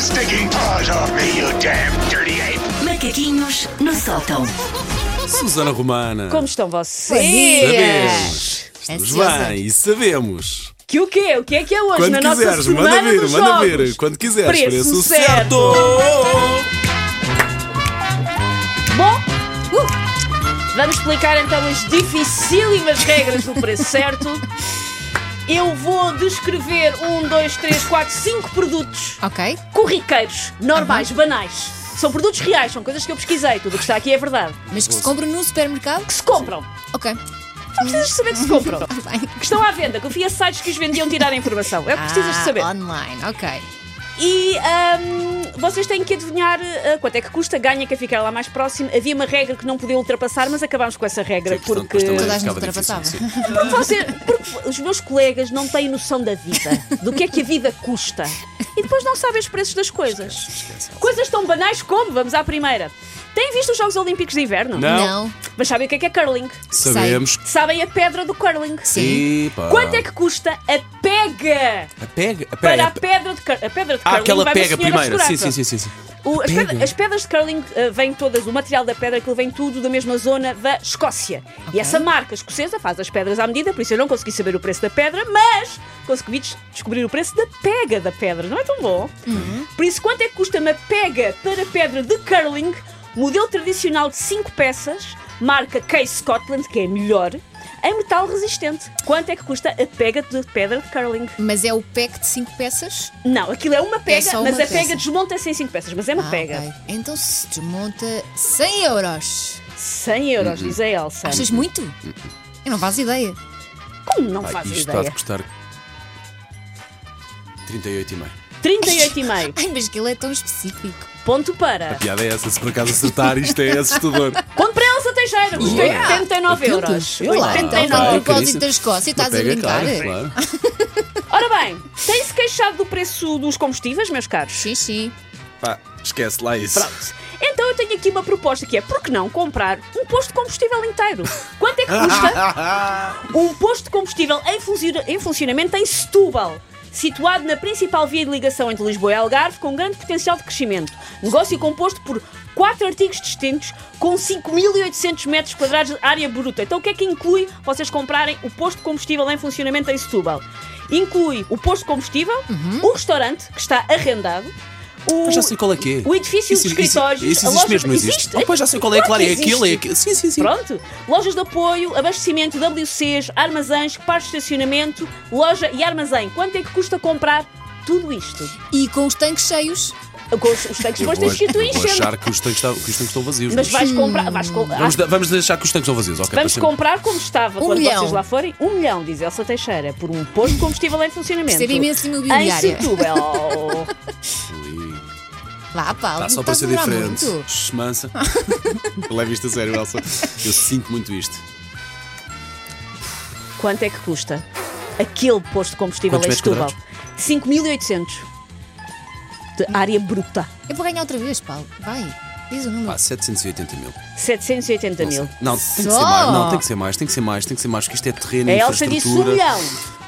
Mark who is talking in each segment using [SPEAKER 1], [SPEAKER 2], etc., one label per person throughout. [SPEAKER 1] stinking paws off me, you damn dirty ape!
[SPEAKER 2] Macaquinhos no sótão.
[SPEAKER 3] Susana Romana.
[SPEAKER 4] Como é? estão vocês?
[SPEAKER 3] Sabemos. Estamos
[SPEAKER 2] Ansiosa.
[SPEAKER 3] bem e sabemos.
[SPEAKER 4] Que o quê? O que é que é hoje
[SPEAKER 3] Quando
[SPEAKER 4] na nossa
[SPEAKER 3] quiseres,
[SPEAKER 4] semana
[SPEAKER 3] manda vir,
[SPEAKER 4] dos
[SPEAKER 3] manda
[SPEAKER 4] jogos?
[SPEAKER 3] vir. Quando quiseres,
[SPEAKER 4] Preço certo. Bom, vamos explicar então as dificílimas regras do preço certo. Eu vou descrever um, dois, três, quatro, cinco produtos
[SPEAKER 2] Ok.
[SPEAKER 4] corriqueiros, normais, banais. São produtos reais, são coisas que eu pesquisei. Tudo o que está aqui é verdade.
[SPEAKER 2] Mas que se compra no supermercado?
[SPEAKER 4] Que se compram.
[SPEAKER 2] Ok.
[SPEAKER 4] Não precisas de saber que se compram.
[SPEAKER 2] Bem.
[SPEAKER 4] Que estão à venda, que eu vi a sites que os vendiam tirar a informação. É o que precisas de saber.
[SPEAKER 2] Ah, online, ok.
[SPEAKER 4] E ahm, vocês têm que adivinhar ah, quanto é que custa, ganha quem ficar lá mais próximo. Havia uma regra que não podia ultrapassar, mas acabámos com essa regra porque,
[SPEAKER 2] Toda a
[SPEAKER 3] Todas
[SPEAKER 2] gente ultrapassava.
[SPEAKER 4] porque você- porque os meus colegas não têm noção da vida, do que é que a vida custa. E depois não sabem os preços das coisas. Coisas tão banais como, vamos à primeira. Têm visto os Jogos Olímpicos de Inverno?
[SPEAKER 3] Não.
[SPEAKER 2] Não.
[SPEAKER 4] Mas sabem o que é que é curling?
[SPEAKER 3] Sabemos.
[SPEAKER 4] Sabem a pedra do curling?
[SPEAKER 2] Sim.
[SPEAKER 3] Epa.
[SPEAKER 4] Quanto é que custa a pega
[SPEAKER 3] A Ah. pega. A
[SPEAKER 4] para
[SPEAKER 3] pega.
[SPEAKER 4] a pedra de, cur- a pedra de
[SPEAKER 3] Ah,
[SPEAKER 4] curling?
[SPEAKER 3] aquela
[SPEAKER 4] vai uma
[SPEAKER 3] pega
[SPEAKER 4] senhora
[SPEAKER 3] primeiro.
[SPEAKER 4] segurada.
[SPEAKER 3] Sim, sim, sim, sim. sim.
[SPEAKER 4] O- as,
[SPEAKER 3] Pega.
[SPEAKER 4] pedra- as pedras de curling eh, vêm todas, o material da pedra é que vem tudo da mesma zona da Escócia.
[SPEAKER 2] Ok.
[SPEAKER 4] E essa marca escocesa faz as pedras à medida, por isso eu não consegui saber o preço da pedra, mas consegui des- descobrir o preço da pega da pedra, não é tão bom?
[SPEAKER 2] Uhum.
[SPEAKER 4] Por isso, quanto é que custa uma pega para pedra de curling, modelo tradicional de 5 peças, marca Case Scotland, que é a melhor, em metal resistente? Quanto é que custa a pega de pedra de curling?
[SPEAKER 2] Mas é o pack de 5 peças?
[SPEAKER 4] Não, aquilo é uma pega,
[SPEAKER 2] só
[SPEAKER 4] mas
[SPEAKER 2] uma
[SPEAKER 4] a pega
[SPEAKER 2] peça.
[SPEAKER 4] desmonta-se em 5 peças, mas é uma
[SPEAKER 2] Ah,
[SPEAKER 4] pega.
[SPEAKER 2] ok. Então se desmonta 100 euros.
[SPEAKER 4] 100 euros,
[SPEAKER 3] Uhum.
[SPEAKER 4] diz a Elsa.
[SPEAKER 2] Achas muito? Eu não faço ideia.
[SPEAKER 4] Como não
[SPEAKER 3] Pá,
[SPEAKER 4] faz
[SPEAKER 3] isto está
[SPEAKER 4] ideia?
[SPEAKER 3] de custar 38,5.
[SPEAKER 4] 38,5.
[SPEAKER 2] Ai, mas aquilo é tão específico.
[SPEAKER 4] Ponto para.
[SPEAKER 3] Piada é essa, se por acaso acertar, isto é assustador.
[SPEAKER 4] Ponto para Elsa Teixeira. Custou
[SPEAKER 3] Yeah.
[SPEAKER 4] 89
[SPEAKER 2] Aquilo
[SPEAKER 4] euros.
[SPEAKER 2] tudo. Olá, então,
[SPEAKER 3] Ah,
[SPEAKER 2] a
[SPEAKER 4] 89.
[SPEAKER 2] propósito
[SPEAKER 3] caríssimo.
[SPEAKER 2] da Escócia, estás a
[SPEAKER 3] Pega,
[SPEAKER 2] brincar?
[SPEAKER 3] Claro, claro.
[SPEAKER 4] Ora bem, tem-se queixado do preço dos combustíveis, meus caros?
[SPEAKER 2] Sim, sim.
[SPEAKER 3] Pá, esquece lá isso.
[SPEAKER 4] Pronto. Então eu tenho aqui uma proposta que é, por que não comprar um posto de combustível inteiro? Quanto é que custa um posto de combustível em, funcio- em funcionamento em Setúbal, situado na principal via de ligação entre Lisboa e Algarve, com grande potencial de crescimento. Negócio composto por quatro artigos distintos, com 5.800 metros quadrados de área bruta. Então o que é que inclui vocês comprarem o posto de combustível em funcionamento em Setúbal? Inclui o posto de combustível, o restaurante, que está arrendado, o,
[SPEAKER 3] Mas Uhum. já sei qual é que é.
[SPEAKER 4] o edifício
[SPEAKER 3] Isso-
[SPEAKER 4] de
[SPEAKER 3] isso-
[SPEAKER 4] escritórios,
[SPEAKER 3] Isso,
[SPEAKER 4] a
[SPEAKER 3] existe
[SPEAKER 4] loja-
[SPEAKER 3] mesmo, existe.
[SPEAKER 4] existe.
[SPEAKER 3] Ah, pois já sei qual é,
[SPEAKER 4] Claro
[SPEAKER 3] claro, é
[SPEAKER 4] que existe.
[SPEAKER 3] aquilo, é aquilo. Sim, sim, sim.
[SPEAKER 4] Pronto. Lojas de apoio, abastecimento, WCs, armazéns, parques de estacionamento, loja e armazém. Quanto é que custa comprar tudo isto?
[SPEAKER 2] E com os tanques cheios?
[SPEAKER 4] Com os, os tanques
[SPEAKER 3] Eu
[SPEAKER 4] depois
[SPEAKER 3] vou,
[SPEAKER 4] tens que ir tu
[SPEAKER 3] eu vou
[SPEAKER 4] enchendo.
[SPEAKER 3] achar que os tanques, estão- que os tanques estão vazios.
[SPEAKER 4] Mas vais comprar. Vais com- ah,
[SPEAKER 3] Vamos, da- vamos deixar que os tanques estão vazios, ok?
[SPEAKER 4] vamos
[SPEAKER 3] para sempre.
[SPEAKER 4] comprar como estava
[SPEAKER 2] Um
[SPEAKER 4] quando
[SPEAKER 2] milhão.
[SPEAKER 4] vocês lá forem. Um milhão, diz Elsa Teixeira, por um posto de combustível em funcionamento.
[SPEAKER 2] Percebe imenso de
[SPEAKER 4] Em
[SPEAKER 2] imobiliária.
[SPEAKER 4] Setúbel.
[SPEAKER 2] Lá, Paulo,
[SPEAKER 3] Está Tá, só
[SPEAKER 2] não estás
[SPEAKER 3] para
[SPEAKER 2] a
[SPEAKER 3] ser
[SPEAKER 2] demorar
[SPEAKER 3] diferente.
[SPEAKER 2] muito.
[SPEAKER 3] Mansa. Leva isto a sério, Elsa. Eu sinto muito isto.
[SPEAKER 4] Quanto é que custa aquele posto de combustível
[SPEAKER 3] Quantos
[SPEAKER 4] em
[SPEAKER 3] metros
[SPEAKER 4] Setúbal? 5.800 de área bruta.
[SPEAKER 2] Eu vou ganhar outra vez, Paulo. Vai, diz o número.
[SPEAKER 3] Pá, 780 mil.
[SPEAKER 4] 780
[SPEAKER 3] Não,
[SPEAKER 4] mil.
[SPEAKER 3] sei. Não, tem que
[SPEAKER 2] Só?
[SPEAKER 3] ser mais. Não, tem que ser mais, tem que ser mais, tem que ser mais, porque isto é terreno,
[SPEAKER 4] A Elsa disse um
[SPEAKER 3] infraestrutura.
[SPEAKER 4] milhão.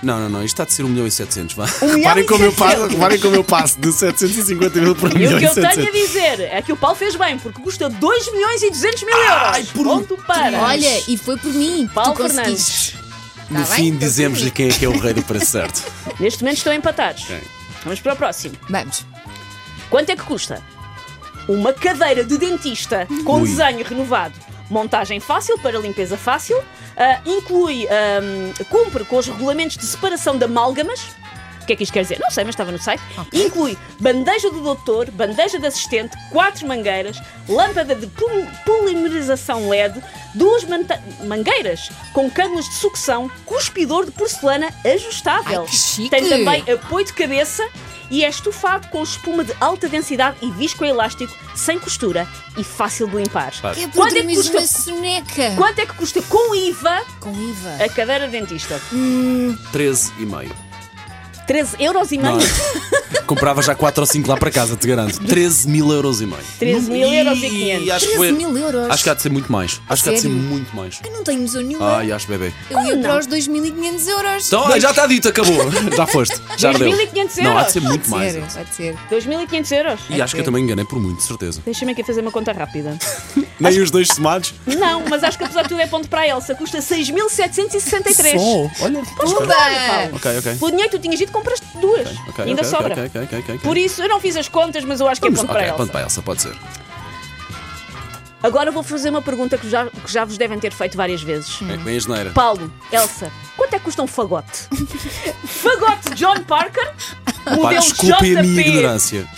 [SPEAKER 3] Não, não, não, isto está de ser 1 milhão e 700, vá.
[SPEAKER 4] Um milhão
[SPEAKER 3] Reparem
[SPEAKER 4] e
[SPEAKER 3] como, eu
[SPEAKER 4] 700.
[SPEAKER 3] passo- reparem como eu passo de 750 mil para 1
[SPEAKER 4] E o
[SPEAKER 3] milhão
[SPEAKER 4] que
[SPEAKER 3] e
[SPEAKER 4] eu tenho a
[SPEAKER 3] 700.
[SPEAKER 4] dizer é que o Paulo fez bem, porque custa 2 milhões e 200 mil euros.
[SPEAKER 3] Ai, por um
[SPEAKER 4] Ponto para.
[SPEAKER 2] Olha, e foi por mim. que
[SPEAKER 4] Paulo
[SPEAKER 2] tu conseguiste.
[SPEAKER 4] tá
[SPEAKER 3] No
[SPEAKER 2] Está bem?
[SPEAKER 3] fim,
[SPEAKER 2] Então,
[SPEAKER 3] dizemos-lhe
[SPEAKER 2] sim.
[SPEAKER 3] quem é que é o rei do preço certo.
[SPEAKER 4] Neste momento estão empatados.
[SPEAKER 3] Ok.
[SPEAKER 4] Vamos para o próximo.
[SPEAKER 2] Vamos.
[SPEAKER 4] Quanto é que custa? Uma cadeira de dentista com
[SPEAKER 3] Ui.
[SPEAKER 4] desenho renovado. Montagem fácil para limpeza fácil. ah, inclui, ah, cumpre com os regulamentos de separação de amálgamas. O que é que isto quer dizer? Não sei, mas estava no site. Inclui bandeja do doutor, bandeja de assistente, quatro mangueiras, lâmpada de pul- polimerização LED, duas manta- mangueiras com cânulas de sucção, cuspidor de porcelana ajustável.
[SPEAKER 2] Ai, que chique!
[SPEAKER 4] Tem também apoio de cabeça e é estufado com espuma de alta densidade e viscoelástico, sem costura e fácil de limpar.
[SPEAKER 3] Claro.
[SPEAKER 2] É por
[SPEAKER 4] Quanto é que
[SPEAKER 2] dormir
[SPEAKER 4] custa-
[SPEAKER 2] uma soneca.
[SPEAKER 4] Quanto é que custa com IVA
[SPEAKER 2] Com IVA.
[SPEAKER 4] a cadeira de dentista?
[SPEAKER 3] 13 e meio.
[SPEAKER 4] 13 euros e meio.
[SPEAKER 3] é. Comprava já 4 ou 5 lá para casa, te garanto. 13 mil euros e meio.
[SPEAKER 4] 13 mil euros e 500.
[SPEAKER 3] acho que
[SPEAKER 2] 13 mil euros.
[SPEAKER 3] Acho que há de ser muito mais. Acho que há de ser
[SPEAKER 2] sério?
[SPEAKER 3] muito mais.
[SPEAKER 2] Eu não tenho noção nenhuma.
[SPEAKER 3] Ai, acho bebê.
[SPEAKER 2] eu ia
[SPEAKER 4] Ah, não?
[SPEAKER 2] para os 2.500 euros.
[SPEAKER 3] Então, ai, já está dito, acabou. Já foste. Já ardeu.
[SPEAKER 4] 2.500
[SPEAKER 3] Não, há de
[SPEAKER 4] euros.
[SPEAKER 3] ser muito mais.
[SPEAKER 2] Sério, pode ser.
[SPEAKER 4] 2.500 euros?
[SPEAKER 3] E acho que eu também enganei por muito, de certeza.
[SPEAKER 4] Deixa-me aqui fazer uma conta rápida.
[SPEAKER 3] Nem os dois somados.
[SPEAKER 4] Não, mas acho que apesar de tudo é ponto para a Elsa. Custa
[SPEAKER 2] é um
[SPEAKER 4] 6.763.
[SPEAKER 3] Só. Olha.
[SPEAKER 2] Opa!
[SPEAKER 3] Ok, ok.
[SPEAKER 4] Pelo dinheiro que tu tinhas dito, compraste duas.
[SPEAKER 3] Ok,
[SPEAKER 4] Ainda
[SPEAKER 3] ok,
[SPEAKER 4] sobra.
[SPEAKER 3] Ok, ok, ok. ok.
[SPEAKER 4] Por isso, eu não fiz as contas, mas eu acho que
[SPEAKER 3] Vamos-
[SPEAKER 4] é ponto
[SPEAKER 3] ok,
[SPEAKER 4] para a
[SPEAKER 3] ponto
[SPEAKER 4] Elsa.
[SPEAKER 3] para Elsa, pode ser.
[SPEAKER 4] Agora vou fazer uma pergunta que já, que já vos devem ter feito várias vezes.
[SPEAKER 3] Bem, bem É a geneira.
[SPEAKER 4] Paulo, Elsa, quanto é que custa um fagote? fagote John Parker,
[SPEAKER 3] Pá,
[SPEAKER 4] modelo
[SPEAKER 3] desculpem
[SPEAKER 4] JP.
[SPEAKER 3] a minha ignorância.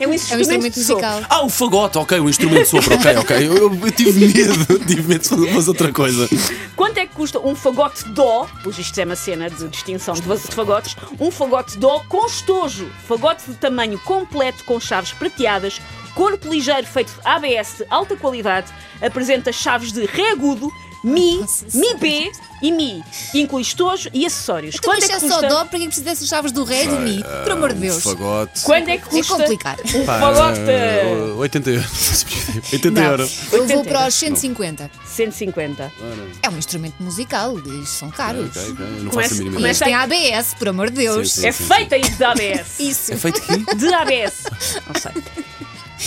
[SPEAKER 4] É
[SPEAKER 2] É
[SPEAKER 4] um
[SPEAKER 2] um
[SPEAKER 4] instrumento
[SPEAKER 2] instrumento
[SPEAKER 4] de sopro.
[SPEAKER 2] musical.
[SPEAKER 3] Ah, o fagote, ok, o instrumento de sopro, ok, ok. Eu, eu- eu tive medo, tive medo de fazer outra coisa.
[SPEAKER 4] Quanto é que custa um fagote dó? Pois isto é uma cena de distinção de, de fagotes. Um fagote dó com estojo. Fagote de tamanho completo com chaves prateadas. Corpo ligeiro feito de ABS de alta qualidade. Apresenta chaves de ré agudo, Mi, Mi B e Mi. Inclui estojo e acessórios.
[SPEAKER 2] Então, mas se é só dó, para que precisa dessas chaves do rei e do mi? Por amor de
[SPEAKER 3] Um
[SPEAKER 2] Deus.
[SPEAKER 3] Fagote.
[SPEAKER 4] Quando é que custa
[SPEAKER 2] complicado.
[SPEAKER 4] um
[SPEAKER 3] Pá,
[SPEAKER 4] fagote?
[SPEAKER 3] eh, 80 euros. 80
[SPEAKER 2] Não,
[SPEAKER 3] euros.
[SPEAKER 2] eu vou
[SPEAKER 4] 80.
[SPEAKER 2] para os 150.
[SPEAKER 4] 150.
[SPEAKER 2] É um instrumento musical, eles são caros.
[SPEAKER 3] Ok, ok, eu não
[SPEAKER 4] Começa-
[SPEAKER 3] faço a mínima
[SPEAKER 2] Mas
[SPEAKER 4] começa-
[SPEAKER 3] ideia.
[SPEAKER 2] tem ABS, por amor de Deus.
[SPEAKER 3] Sim, sim.
[SPEAKER 4] É feita aí de ABS.
[SPEAKER 2] Isso.
[SPEAKER 3] É feito aqui.
[SPEAKER 4] De ABS. Não sei.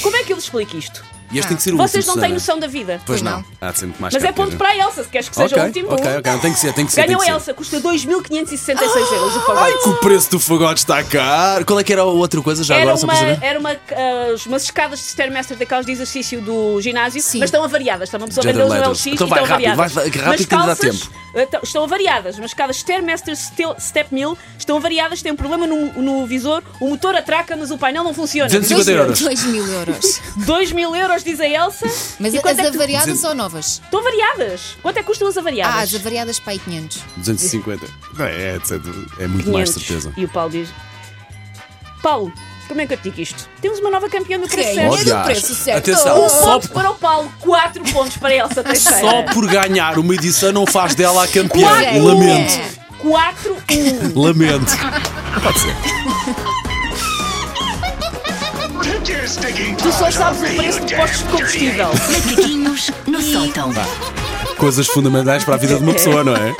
[SPEAKER 4] Como é que eu vos explico isto?
[SPEAKER 3] E este tem que ser o
[SPEAKER 4] Vocês
[SPEAKER 3] último.
[SPEAKER 4] não têm
[SPEAKER 3] Susana.
[SPEAKER 4] noção da vida.
[SPEAKER 2] Pois
[SPEAKER 3] Pois não.
[SPEAKER 2] não.
[SPEAKER 3] Há de ser muito mais
[SPEAKER 4] Mas é
[SPEAKER 3] caro que
[SPEAKER 4] ponto
[SPEAKER 3] eu.
[SPEAKER 4] para a Elsa, se queres que seja
[SPEAKER 3] Ok,
[SPEAKER 4] o último.
[SPEAKER 3] ok, ok. Tem que ser, tem que ser. tem
[SPEAKER 4] Ganhou
[SPEAKER 3] que
[SPEAKER 4] a
[SPEAKER 3] ser. Ah,
[SPEAKER 4] Elsa, custa 2.566 euros o pacote.
[SPEAKER 3] Ai, que o preço do fagote está caro. Qual é que era a outra coisa já
[SPEAKER 4] Era,
[SPEAKER 3] agora, só
[SPEAKER 4] uma,
[SPEAKER 3] para saber?
[SPEAKER 4] era uma, ah, umas escadas de Stairmaster daquelas de exercício do ginásio,
[SPEAKER 2] Sim.
[SPEAKER 4] mas estão avariadas. Estão uma pessoa
[SPEAKER 3] Gender
[SPEAKER 4] vendeu no
[SPEAKER 3] letters.
[SPEAKER 4] LX
[SPEAKER 3] Então
[SPEAKER 4] e
[SPEAKER 3] vai
[SPEAKER 4] estão
[SPEAKER 3] rápido,
[SPEAKER 4] avariadas.
[SPEAKER 3] vai- vai- rápido
[SPEAKER 4] Mas
[SPEAKER 3] que ainda dá
[SPEAKER 4] calças,
[SPEAKER 3] tempo.
[SPEAKER 4] ah, tão- estão avariadas. Umas escadas Stairmaster Stel- Step 1000 estão avariadas, têm um problema no, no visor, o motor atraca, mas o painel não funciona.
[SPEAKER 3] 200
[SPEAKER 2] 2
[SPEAKER 3] 50 euros.
[SPEAKER 2] mil euros.
[SPEAKER 4] 2 mil euros, diz a Elsa.
[SPEAKER 2] Mas
[SPEAKER 4] e
[SPEAKER 2] as
[SPEAKER 4] quanto é que tu-
[SPEAKER 2] avariadas
[SPEAKER 3] Duzen-
[SPEAKER 2] ou novas?
[SPEAKER 4] Estão avariadas. Quanto é que custam as avariadas?
[SPEAKER 2] Ah, as avariadas para aí 500.
[SPEAKER 3] 250. Não, é, é, de ser- é muito mais,
[SPEAKER 4] 500.
[SPEAKER 3] certeza.
[SPEAKER 4] E o Paulo diz: Paulo, como é que eu te digo isto? Temos uma nova campeã do
[SPEAKER 2] Que é
[SPEAKER 4] crescente.
[SPEAKER 2] isso? do preço certo.
[SPEAKER 3] Atenção,
[SPEAKER 2] Oh.
[SPEAKER 3] só,
[SPEAKER 4] Pontos para o Paulo, 4 pontos para a Elsa Teixeira. um.
[SPEAKER 3] só por ganhar uma edição não faz dela a campeã.
[SPEAKER 2] Quatro.
[SPEAKER 3] Lamento.
[SPEAKER 4] 4 1
[SPEAKER 3] Lamento.
[SPEAKER 1] Take your stinking
[SPEAKER 4] Tu só
[SPEAKER 1] paws off
[SPEAKER 4] sabes
[SPEAKER 1] me,
[SPEAKER 4] o
[SPEAKER 1] you
[SPEAKER 4] preço de
[SPEAKER 1] damn
[SPEAKER 4] postos de
[SPEAKER 1] dirty ape!
[SPEAKER 4] combustível.
[SPEAKER 5] Macaquinhos no sótão.
[SPEAKER 3] Coisas fundamentais para a vida de uma pessoa, não é?